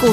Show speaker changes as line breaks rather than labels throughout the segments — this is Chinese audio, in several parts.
股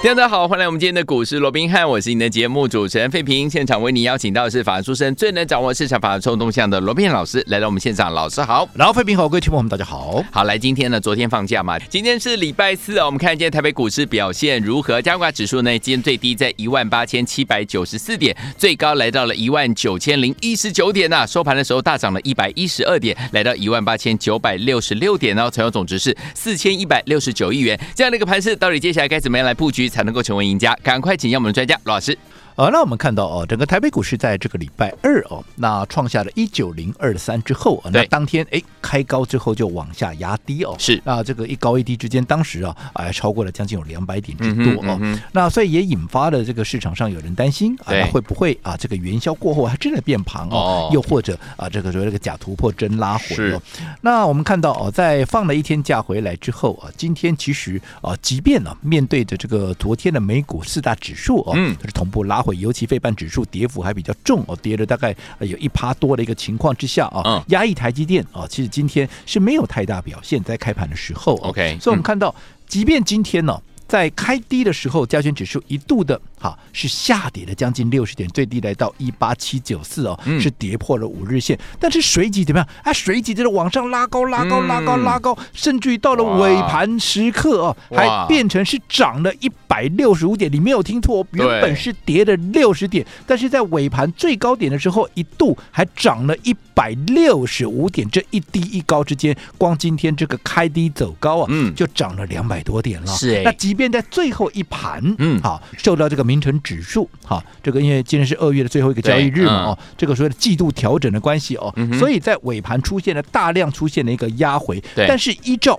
听众大家好，欢迎来我们今天的股市罗宾汉，我是你的节目主持人费平。现场为你邀请到的是法律出身、最能掌握市场法律冲动向的罗宾汉老师，来到我们现场。老师好，
然后，费平好，各位听众朋友们，大家好。
好，来，今天呢，昨天放假嘛，今天是礼拜四啊、我们看今天台北股市表现如何？加权指数呢，今天最低在一万八千七百九十四点，最高来到了一万九千零一十九点呐、收盘的时候大涨了一百一十二点，来到一万八千九百六十六点哦，成交总值是四千一百六十九亿元。这样的一个盘势，到底接下来该怎么样来布局才能够成为赢家？赶快请教我们的专家罗老师。
呃，那我们看到哦，整个台北股市在这个礼拜二哦，那创下了一九零二三之后、啊，那
对
当天哎开高之后就往下压低哦，
是
那这个一高一低之间，当时啊哎超过了将近有两百点之
嗯
多
哼
哦，
嗯哼
那所以也引发了这个市场上有人担心啊，
对
那会不会啊这个元宵过后还真的变盘
哦
哦，又或者啊这个说这个假突破真拉回
是
哦，那我们看到哦，在放了一天假回来之后啊，今天其实啊，即便呢、面对着这个昨天的美股四大指数哦，
嗯
它是同步拉回，尤其费半指数跌幅还比较重哦，跌了大概呃有一趴多的一个情况之下啊，
嗯
压抑台积电啊，其实今天是没有太大表现，在开盘的时候、哦、
OK，
所以我
嗯
们看到，即便今天呢、在开低的时候，加权指数一度的哈是下跌了将近六十点，最低来到一八七九四哦，
嗯
是跌破了五日线。但是随即怎么样？啊，随即就是往上拉高、拉高、拉高、
嗯
拉高，甚至于到了
哇
尾盘时刻哦，还
哇
变成是涨了一百六十五点。你没有听错哦，原本是跌了六十点，但是在尾盘最高点的时候，一度还涨了一百六十五点。这一低一高之间，光今天这个开低走高啊，
嗯
就涨了两百多点了。
是欸
那即便在最后一盘，
嗯
好，受到这个名城指数，好，这个因为今天是二月的最后一个交易日嘛，
对嗯
哦，这个所谓的季度调整的关系哦，
嗯哼
所以在尾盘出现了大量出现了一个压回，
对
但是依照。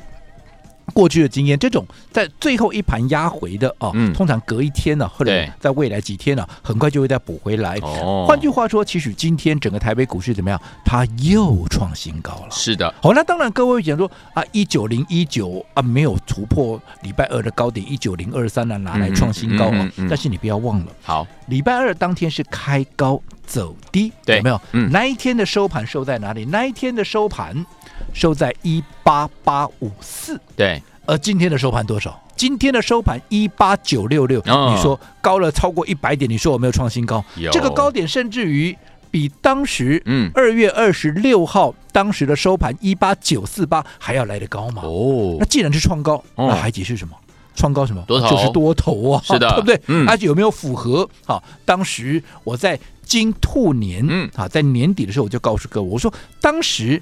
过去的经验，这种在最后一盘压回的哦，
嗯
通常隔一天呢、或者
对
在未来几天呢、很快就会再补回来。
哦
换句话说，其实今天整个台北股市怎么样？它又创新高了。
是的，
好，那当然，各位会讲说啊，一九零一九啊，没有突破礼拜二的高点一九零二三呢，拿来创新高啊、
嗯嗯嗯嗯
但是你不要忘了，
好，
礼拜二当天是开高走低，
对
有没有？
嗯
那一天的收盘收在哪里？那一天的收盘收在一八八五四，
对，
而呃今天的收盘多少？今天的收盘一八九六六，
哦
你说高了超过一百点，你说有没有创新高
有？
这个高点甚至于比当时
嗯，
二月二十六号当时的收盘一八九四八还要来得高嘛？
哦
那，既然是创高，
哦
那还解释什么？创高什么？
多头
就是多头啊，
是的
对不对？
嗯
而且有没有符合？好，当时我在金兔年，
嗯
啊，在年底的时候我就告诉各位，我说当时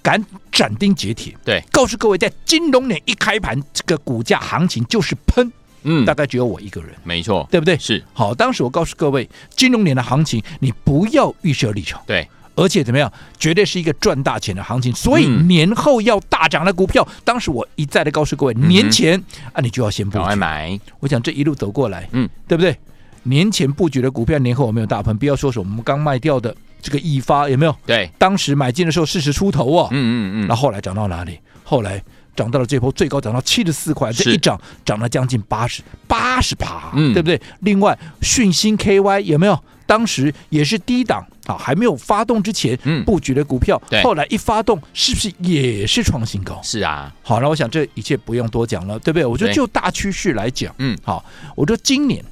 敢斩钉截铁，
对，
告诉各位，在金融年一开盘，这个股价行情就是喷，
嗯
大，概只有我一个人，
没错，
对不对？
是，
好，当时我告诉各位，金融年的行情，你不要预设立场。
对，
而且怎么样，绝对是一个赚大钱的行情，所以
嗯
年后要大涨的股票，当时我一再的告诉各位，
嗯哼
年前、啊你就要先布
赶快
局。
买，
我想这一路走过来，
嗯，
对不对？年前布局的股票，年后有没有大喷？不要说什么我们刚卖掉的这个易发有没有？
对，
当时买进的时候四十出头哦，
嗯嗯嗯
那、，后来涨到哪里？后来涨到了这波最高涨到七十四块，这
是
一涨涨了将近八十八十趴，
嗯
对不对？另外，讯星 KY 有没有？当时也是低档啊，还没有发动之前
嗯
布局的股票，
对
后来一发动，是不是也是创新高？
是啊，
好，那我想这一切不用多讲了，对不对？我觉得
对
就大趋势来讲，
嗯
好，我说今年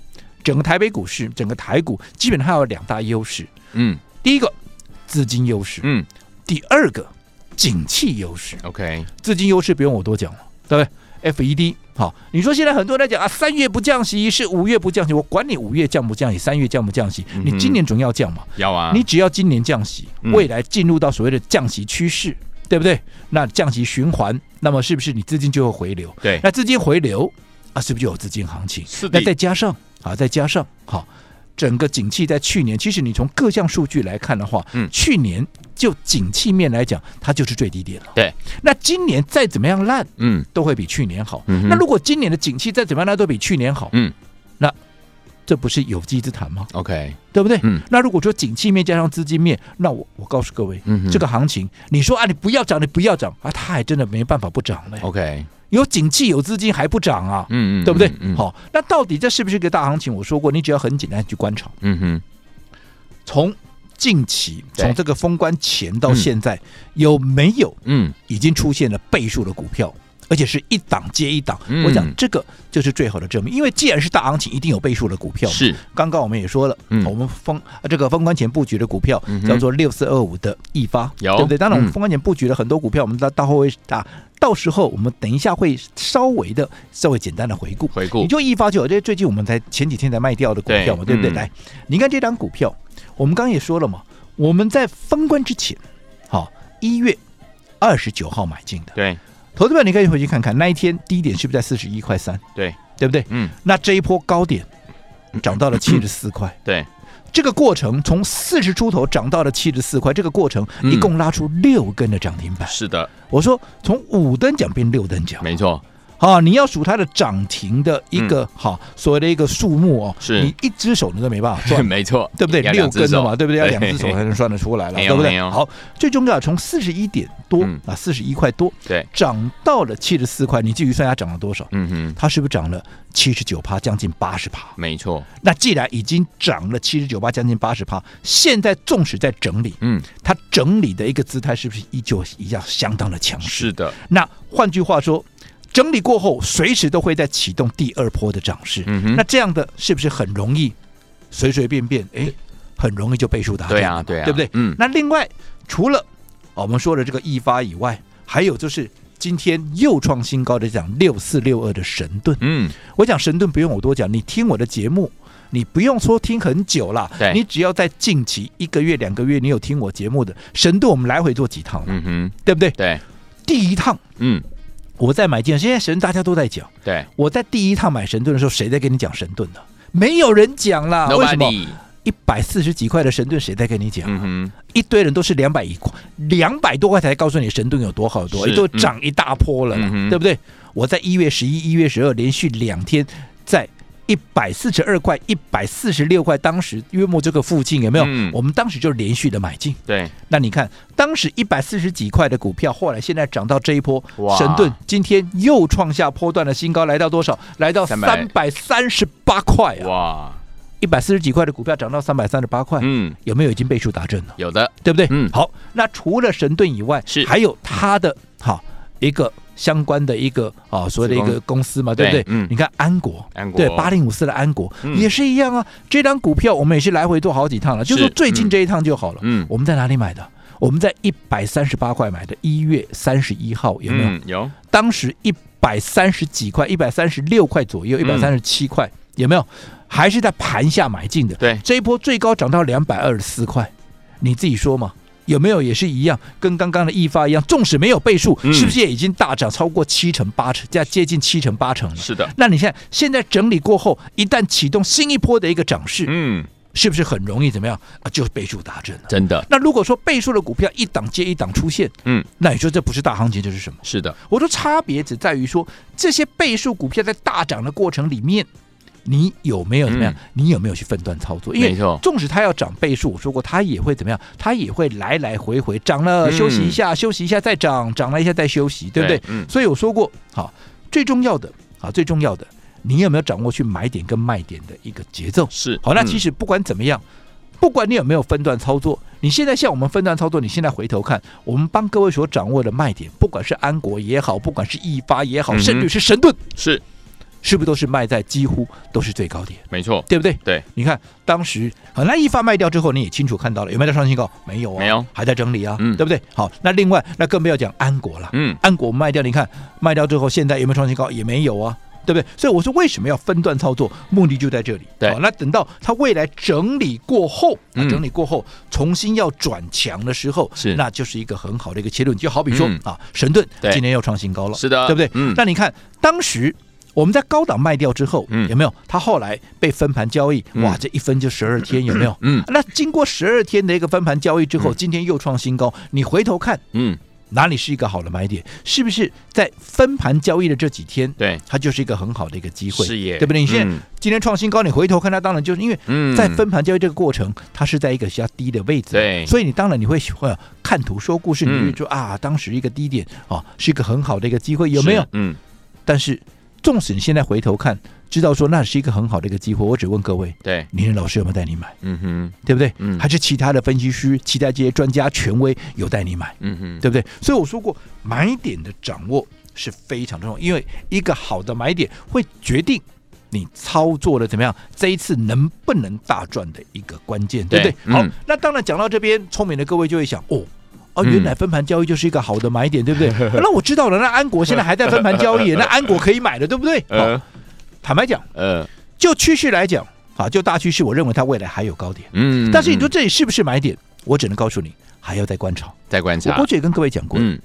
整个台北股市、整个台股基本上有两大优势，
嗯
第一个资金优势，
嗯
第二个景气优势。
，OK，
资金优势不用我多讲了，对不对？FED 好，你说现在很多人在讲啊，三月不降息是五月不降息，我管你五月降不降息，三月降不降息，
嗯哼
你今年总要降嘛，
要啊，
你只要今年降息，
嗯
未来进入到所谓的降息趋势，对不对？那降息循环，那么是不是你资金就会回流？
对
那资金回流啊，是不是就有资金行情？
是的
那再加上啊，再加上好，整个景气在去年，其实你从各项数据来看的话，
嗯
去年就景气面来讲，它就是最低点了。
对，
那今年再怎么样烂，
嗯
都会比去年好。
嗯哼
那如果今年的景气再怎么样烂，都比去年好，
嗯，
这不是有机之谈吗？
OK，
对不对？
嗯
那如果说景气面加上资金面，那我我告诉各位，
嗯哼
这个行情，你说啊，你不要涨，你不要涨啊，它还真的没办法不涨嘞。
，OK，
有景气有资金还不涨啊，
嗯嗯，
对不对？好、
嗯，
那到底这是不是一个大行情？我说过，你只要很简单去观察，
嗯哼，
从近期
对
从这个封关前到
嗯
现在，有没有
嗯，
已经出现了倍数的股票，而且是一档接一档。
嗯
我讲这个就是最好的证明，因为既然是大行情，一定有倍数的股票。
是，
刚刚我们也说了，
嗯
我们封呃这个封关前布局的股票、
嗯哼
叫做六四二五的易发，
有
对不对？当然，我们
嗯
封关前布局了很多股票，我们到到后会打。到时候我们等一下会稍微的稍微简单的回顾，
回顾
你就易发就有，这最近我们才前几天才卖掉的股票嘛，
对
对不对？
嗯
来，你看这张股票，我们刚刚也说了嘛，我们在封关之前，好一月二十九号买进的，
对
投资票你可以回去看看，那一天低点是不是在四十一块三，
对，
对不对？
嗯，
那这一波高点涨到了七十四块，
对，
这个过程从四十出头涨到了七十四块，这个过程
嗯
一共拉出六根的涨停板。
是的，
我说从五等奖变六等奖，
没错，
啊，你要数它的涨停的一个好、所谓的一个数目哦，
嗯是
你一只手你都没办法 算。
没错，
对不对？
要
六
两只
根的
手
嘛，对不对？要两只手才能算得出来了，
没有
对不
没
对？
有
好，最重要从四十一点多
嗯
啊，四十一块多
对，
涨到了七十四块，你至于算它涨了多少？
嗯哼，
它是不是涨了七十九趴，将近八十趴？
没错，
那既然已经涨了七十九趴，将近八十趴，现在纵使在整理，
嗯，
它整理的一个姿态是不是依旧一样相当的强势？
是的，
那换句话说，整理过后，随时都会再启动第二波的涨势。
嗯哼
那这样的是不是很容易，随随便便，哎，很容易就倍数达标
对啊对啊
对不对？
嗯
那另外，除了哦我们说的这个易发以外，还有就是今天又创新高的讲六四六二的神盾。
嗯，
我讲神盾不用我多讲，你听我的节目。你不用说听很久啦
对，
你只要在近期一个月、两个月，你有听我节目的神盾，我们来回做几趟嘛，
嗯哼，
对不对？
对，
第一趟
嗯，
我在买进，现在神大家都在讲。
对
我在第一趟买神盾的时候，谁在跟你讲神盾呢？没有人讲啦。啊为什么？
，Nobody，
一百四十几块的神盾，谁在跟你讲？
嗯哼，
一堆人都是两百一块，两百多块才告诉你神盾有多好有多好，
是
也都涨一大波了啦
嗯哼
对不对？我在一月十一、一月十二连续两天在。一百四十二块、一百四十六块，当时约莫这个附近有没有？
嗯
我们当时就连续的买进，
对，
那你看，当时一百四十几块的股票，后来现在涨到这一波
哇，
神盾今天又创下波段的新高，来到多少？来到三百三十八块啊！
哇，
一百四十几块的股票涨到三百三十八块，
嗯，
有没有已经倍数达阵了？
有的，
对不对？
嗯
好，那除了神盾以外，
是
还有它的好一个相关的一个啊，所谓的一个公司嘛，对不
对
对？
嗯
你看安国，
安国
对八零五四的安国、
嗯
也是一样啊。这张股票我们也是来回做好几趟了，就是说最近
嗯
这一趟就好了。
嗯，
我们在哪里买的？我们在一百三十八块买的，一月三十一号有没有？
嗯，有，
当时一百三十几块，一百三十六块左
嗯
右，一百三十七块有没有？还是在盘下买进的。
对
这一波最高涨到两百二十四块，你自己说嘛？有没有也是一样，跟刚刚的易发一样，纵使没有倍数，
嗯
是不是也已经大涨超过七成八成，加接近七成八成了？
是的，
那你现在现在整理过后，一旦启动新一波的一个涨势，
嗯，
是不是很容易怎么样啊？就倍数达阵了。
真的，
那如果说倍数的股票一档接一档出现，
嗯，
那你说这不是大行情，这是什么？
是的，
我说差别只在于说这些倍数股票在大涨的过程里面。你有没有怎么样？
嗯
你有没有去分段操作？因为
没错
纵使它要涨倍数，我说过它也会怎么样？它也会来来回回涨了
嗯
休息一下，休息一下再涨，涨了一下再休息，对不对？
对嗯
所以我说过，好，最重要的啊，最重要的，你有没有掌握去买点跟卖点的一个节奏？
是，
好，那
嗯
其实不管怎么样，不管你有没有分段操作，你现在像我们分段操作，你现在回头看，我们帮各位所掌握的卖点，不管是安国也好，不管是易发也
嗯
好，
哼
甚至是神盾，
是
是不是都是卖在几乎都是最高点，
没错，
对不对？
对，
你看当时好，那易发卖掉之后，你也清楚看到了，有没有在创新高？没有啊，
没有
还在整理啊，
嗯
对不对？好，那另外那更不要讲安国了，
嗯，
安国卖掉，你看卖掉之后，现在有没有创新高？也没有啊，对不对？所以我说为什么要分段操作，目的就在这里。
对
好那等到它未来整理过后，啊
嗯
整理过后重新要转强的时候，
是
那就是一个很好的一个切入点。就好比说、
嗯
啊，神盾
对
今天又创新高了，
是的
对不对？
嗯
那你看当时。我们在高档卖掉之后，
嗯
有没有？它后来被分盘交易，
嗯
哇，这一分就十二天，有没有？
嗯
那经过十二天的一个分盘交易之后，今天又创新高。你回头看，
嗯，
哪里是一个好的买点？是不是在分盘交易的这几天，
对，
它就是一个很好的一个机会，
是耶
对不对？你现在、
嗯
今天创新高，你回头看它，当然就是因为
嗯
在分盘交易这个过程，它是在一个比较低的位置，
对
所以你当然你会喜欢看图说故事，你
嗯
就说、啊，当时一个低点啊，是一个很好的一个机会，有没有
是？嗯，
但是纵使你现在回头看，知道说那是一个很好的一个机会，我只问各位，
对，
你的老师有没有带你买？
嗯哼，
对不对？
嗯
还是其他的分析师、其他这些专家权威有带你买，
嗯哼，
对不对？所以我说过，买点的掌握是非常重要，因为一个好的买点会决定你操作的怎么样，这一次能不能大赚的一个关键，对不
对
对？好
嗯，
那当然讲到这边，聪明的各位就会想，哦。哦，
嗯
原来分盘交易就是一个好的买点，对不 对？那我知道了，那安国现在还在分盘交易，那安国可以买了，对不对？好，
呃
坦白讲，
呃，
就趋势来讲，啊，就大趋势，我认为它未来还有高点。
嗯
但是你说
嗯
这里是不是买点？我只能告诉你，还要再观察。
再观
我
察
过，去也跟各位讲过，
嗯，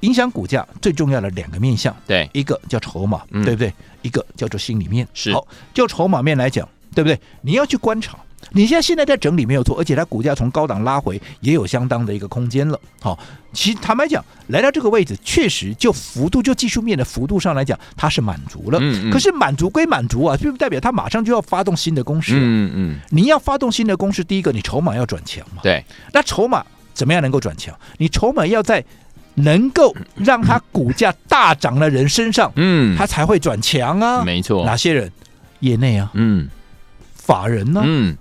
影响股价最重要的两个面向，
对，
一个叫筹码，
嗯
对不对？一个叫做心里面。
是
好，就筹码面来讲，对不对？你要去观察。你现在现在在整理没有错，而且它股价从高档拉回也有相当的一个空间了。好，其实坦白讲，来到这个位置，确实就幅度就技术面的幅度上来讲，它是满足了。
嗯嗯
可是满足归满足啊，并不代表它马上就要发动新的攻势啊、
嗯嗯，
你要发动新的攻势，第一个你筹码要转强嘛。
对，
那筹码怎么样能够转强？你筹码要在能够让它股价大涨的人身上，
嗯，
它才会转强啊。
没错，
哪些人？业内啊，
嗯
法人呢、
嗯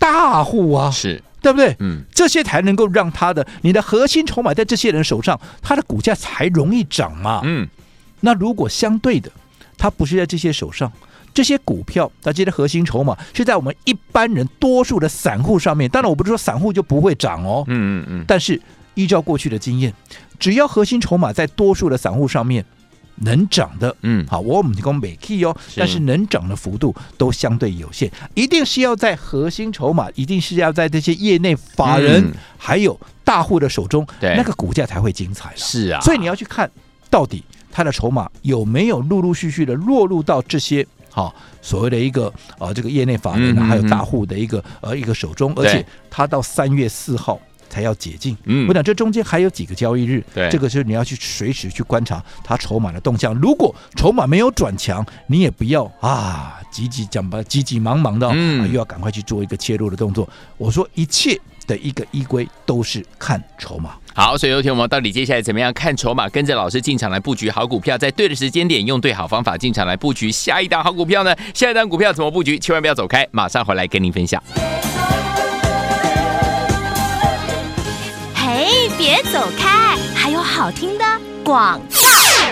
大户啊，
是，
对不对？
嗯
这些才能够让它的你的核心筹码在这些人手上，它的股价才容易涨嘛。
嗯
那如果相对的，它不是在这些手上，这些股票，它这些核心筹码是在我们一般人多数的散户上面。当然，我不是说散户就不会涨哦，
嗯嗯嗯，
但是依照过去的经验，只要核心筹码在多数的散户上面能涨的。
嗯
好，我们提供每 key 哦，
是
但是能涨的幅度都相对有限，一定是要在核心筹码，一定是要在这些业内法人、
嗯
还有大户的手中，
对
那个股价才会精彩啦
是啊，
所以你要去看到底它的筹码有没有陆陆续续的落入到这些。好，所谓的一个呃，这个业内法人
嗯
啊，
嗯嗯
还有大户的一个呃一个手中，而
对
且它到三月四号才要解禁。
嗯
我讲这中间还有几个交易日，
对
这个是你要去随时去观察它筹码的动向。如果筹码没有转强，你也不要啊急急讲吧，急急忙忙的、
嗯
啊，又要赶快去做一个切入的动作。我说一切的一个依归都是看筹码。
好，所以有天我们到底接下来怎么样看筹码，跟着老师进场来布局好股票，在对的时间点用对好方法进场来布局下一档好股票呢？下一档股票怎么布局？千万不要走开，马上回来跟您分享。
嘿，别走开，还有好听的广。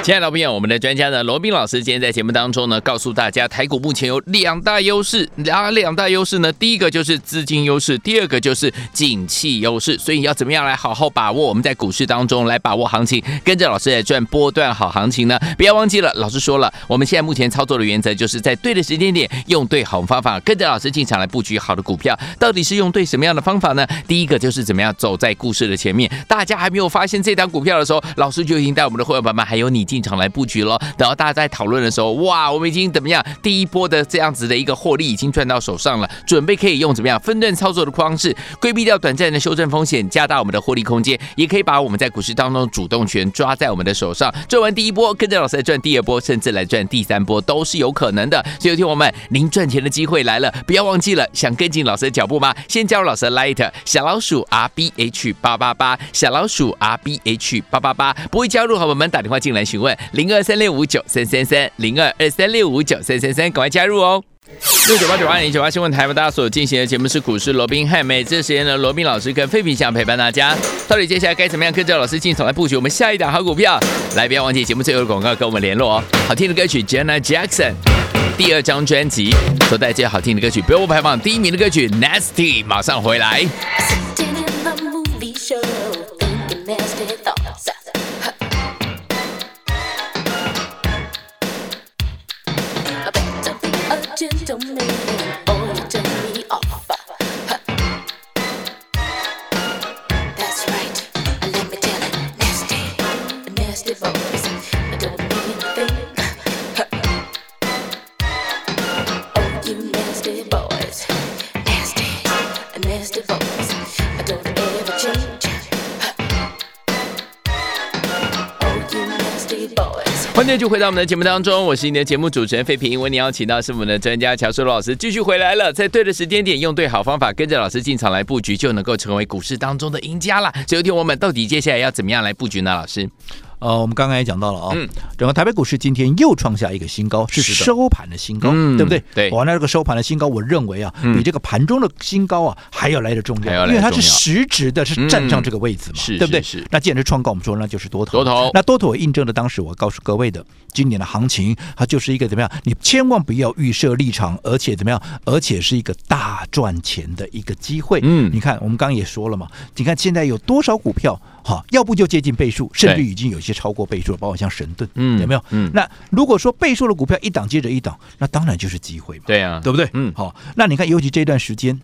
亲爱的朋友我们的专家呢，罗斌老师今天在节目当中呢，告诉大家，台股目前有两大优势，哪两大优势呢？第一个就是资金优势，第二个就是景气优势。所以要怎么样来好好把握我们在股市当中来把握行情，跟着老师来赚波段好行情呢？不要忘记了，老师说了，我们现在目前操作的原则就是在对的时间点，用对好方法，跟着老师进场来布局好的股票。到底是用对什么样的方法呢？第一个就是怎么样走在故事的前面，大家还没有发现这档股票的时候，老师就已经带我们的会员朋友们还有你进场来布局了。等到大家在讨论的时候，哇，我们已经怎么样？第一波的这样子的一个获利已经赚到手上了，准备可以用怎么样分段操作的方式，规避掉短暂的修正风险，加大我们的获利空间，也可以把我们在股市当中的主动权抓在我们的手上。赚完第一波，跟着老师来赚第二波，甚至来赚第三波都是有可能的。所以，听我们，您赚钱的机会来了，不要忘记了，想跟进老师的脚步吗？先加入老师的 Light 小老鼠 R B H 八八八，小老鼠 R B H 八八八，不会加入好友们打电话进来询问零二三六五九三三三零二二三六五九三三三，赶快加入哦。六九八九八零九八新闻台为大家所进行的节目是股市罗宾汉，每这时间呢，罗宾老师跟费平想陪伴大家。到底接下来该怎么样跟着老师进场来布局我们下一档好股票？来，不要忘记节目最后的广告跟我们联络哦。好听的歌曲 Jenna Jackson。第二张专辑所带来最好听的歌曲，不要排行榜第一名的歌曲《Nasty》，马上回来。
Sitting in the movie show, thinking nasty thoughts. I better be a gentleman, or you turn me off. That's right, let me tell it, nasty, nasty boys. I don't mean a thing. Oh, you nasty boys, nasty, nasty boys. I don't ever change. Oh,
欢迎继续回到我们的节目当中，我是你的节目主持人费平。为你邀请到是我们的专家乔舒鲁老师，继续回来了，在对的时间点，用对好方法，跟着老师进场来布局，就能够成为股市当中的赢家啦。所以，听我们到底接下来要怎么样来布局呢？老师，
呃，我们刚刚也讲到了啊、
嗯
整个台北股市今天又创下一个新高，是
是的
收盘的新高，
嗯
对不对？
对
哇，那这个收盘的新高，我认为啊，
嗯
比这个盘中的新高啊还要来得重
还
要，
要来
因
得
为它
重
是
要
实质的，是站上这个位置嘛，
是
对不对？
是是
那既然是创高，我们说那就是多头，
多头
那多头也印证了当时我告诉各位的，今年的行情它就是一个怎么样？你千万不要预设立场，而且怎么样？而且是一个大赚钱的一个机会。
嗯
你看我们刚刚也说了嘛，你看现在有多少股票？哈，要不就接近倍数，甚至
对
已经有些超过倍数了，包括像神盾，
嗯
有没有？
嗯
那如果说倍数的股票一档接着一档，那当然就是机会嘛。
对啊
对不对？
嗯
好，那你看，尤其这段时间。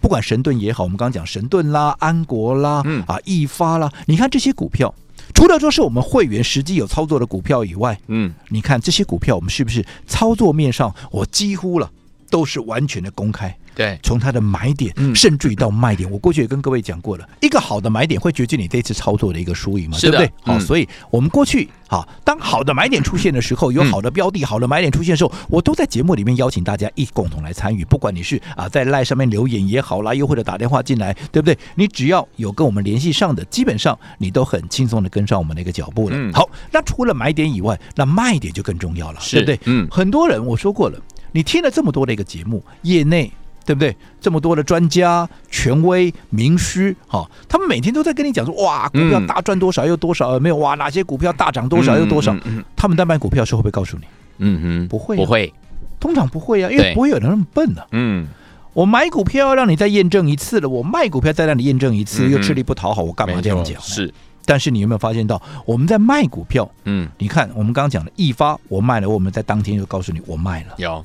不管神盾也好，我们刚刚讲神盾啦、安国啦、
嗯
啊、易发啦，你看这些股票，除了说是我们会员实际有操作的股票以外，
嗯，
你看这些股票，我们是不是操作面上，我几乎了都是完全的公开，
对，
从它的买点，
嗯
甚至于到卖点。我过去也跟各位讲过了，一个好的买点会决定你这次操作的一个输赢嘛，
是的
对不对？好、
嗯
所以我们过去好，当好的买点出现的时候，有
嗯
好的标的、好的买点出现的时候，我都在节目里面邀请大家一起共同来参与。不管你是啊在赖上面留言也好啦，又或者打电话进来，对不对？你只要有跟我们联系上的，基本上你都很轻松的跟上我们的一个脚步了。
嗯
好，那除了买点以外，那卖点就更重要了，
是
对不对？
嗯
很多人我说过了，你听了这么多的一个节目，业内。对不对？这么多的专家、权威、名师，哈、他们每天都在跟你讲说，哇，股票
嗯
大赚多少又多少，有没有？哇，哪些股票大涨多少又多少？
嗯嗯
他们在卖股票的时候会不会告诉你？
嗯哼，
不会啊
不会，
通常不会啊，因
对
为不会有人那么笨的、
嗯，
我买股票让你再验证一次了，我卖股票再让你验证一次，
嗯哼
又吃力不讨好，我干嘛这样
没错
讲？。
是，
但是你有没有发现到，我们在卖股票？
嗯，
你看，我们刚刚讲的易发，我卖了，我们在当天就告诉你我卖了；
有，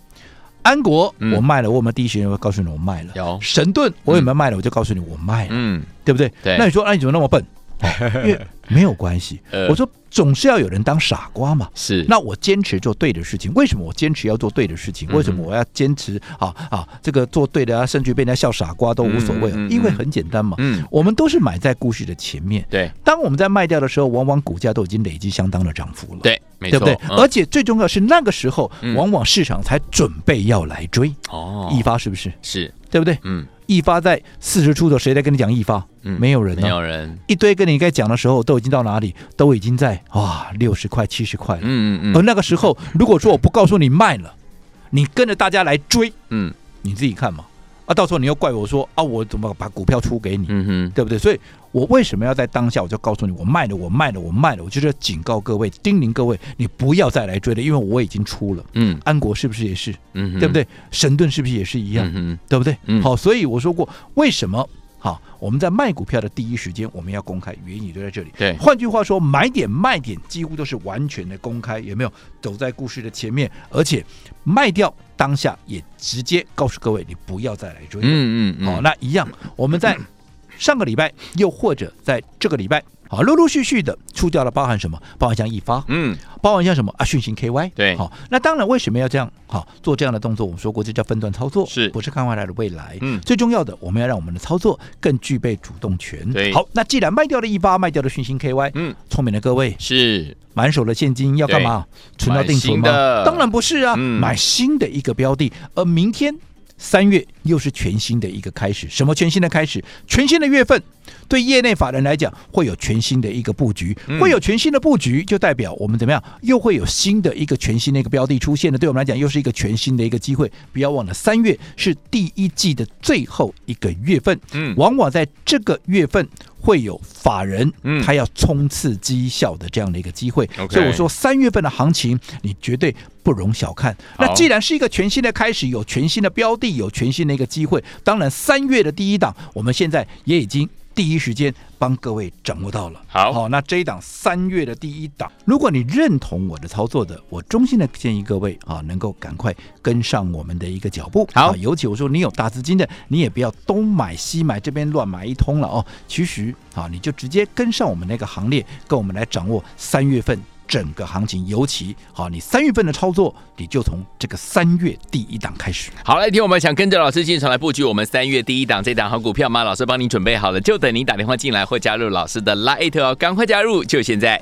安国，
嗯
我卖了，我们第一时间会告诉你我卖了；
有
神盾，我有没有卖了？我就告诉你我卖了，
嗯，
对不对？
对
那你说，那你怎么那 么笨？哦、因为没有关系，
呃
我说总是要有人当傻瓜嘛。
是，
那我坚持做对的事情，为什么我坚持要做对的事情？
嗯
为什么我要坚持啊啊？这个做对的啊，甚至被人家笑傻瓜都无所谓啊，
嗯嗯嗯嗯
因为很简单嘛。
嗯，
我们都是买在故事的前面，
对，
当我们在卖掉的时候，往往股价都已经累积相当的涨幅了，
对，没
对
错，
不对？
嗯
而且最重要是那个时候
嗯，
往往市场才准备要来追
哦，
易发，是不是？
是，
对不对？
嗯
易发在四十出头，谁在跟你讲易发？
嗯，
没有人
没
啊。
有人，
一堆跟你该讲的时候，都已经到哪里？都已经在哇六十块、七十块了。
嗯嗯
而
嗯
那个时候，如果说我不告诉你卖了，你跟着大家来追，
嗯
你自己看嘛。啊，到时候你又怪我说啊，我怎么把股票出给你，
嗯哼，
对不对？所以我为什么要在当下我就告诉你，我卖了，我卖了，我卖了，我就是要警告各位，叮咛各位，你不要再来追了，因为我已经出了。
嗯
安国是不是也是，
嗯哼，
对不对？神盾是不是也是一样，
嗯
对不对？
嗯
好，所以我说过，为什么？好，我们在卖股票的第一时间，我们要公开，原因就在这里。
对
换句话说，买点卖点几乎都是完全的公开，有没有？走在故事的前面，而且卖掉当下也直接告诉各位，你不要再来追。
哼，嗯嗯嗯，
好、那一样，我们在上个礼拜，又或者在这个礼拜，好，陆陆续续的出掉了，包含什么？包含像易发，
嗯
包含像什么啊？讯行 KY，
对
好、那当然，为什么要这样？好、做这样的动作，我们说过，这叫分段操作，
是
不是看未来的未来？
嗯
最重要的，我们要让我们的操作更具备主动权。
对
好，那既然卖掉了易发，卖掉了讯行 KY，
嗯
聪明的各位，
是，
满手的现金要干嘛？存到定存
买新的
吗？当然不是啊，
嗯
买新的一个标的，而明天。三月又是全新的一个开始，什么全新的开始？全新的月份，对业内法人来讲，会有全新的一个布局，
嗯
会有全新的布局，就代表我们怎么样，又会有新的一个全新的一个标的出现的，对我们来讲又是一个全新的一个机会。不要忘了，三月是第一季的最后一个月份，
嗯
往往在这个月份会有法人
嗯
他要冲刺绩效的这样的一个机会。
OK
所以我说三月份的行情，你绝对不容小看。
好
那既然是一个全新的开始，有全新的标的，有全新的一个机会，当然三月的第一档，我们现在也已经。第一时间帮各位掌握到了。
好
好，哦那这一档三月的第一档，如果你认同我的操作的，我衷心的建议各位啊，能够赶快跟上我们的一个脚步。
好
啊尤其我说你有大资金的，你也不要东买西买，这边乱买一通了哦。其实啊，你就直接跟上我们那个行列，跟我们来掌握三月份。整个行情，尤其啊，你三月份的操作，你就从这个三月第一档开始。
好，来听我们想跟着老师进场来布局我们三月第一档这档好股票吗？老师帮您准备好了，就等您打电话进来或加入老师的 Lite 哦，赶快加入，就现在。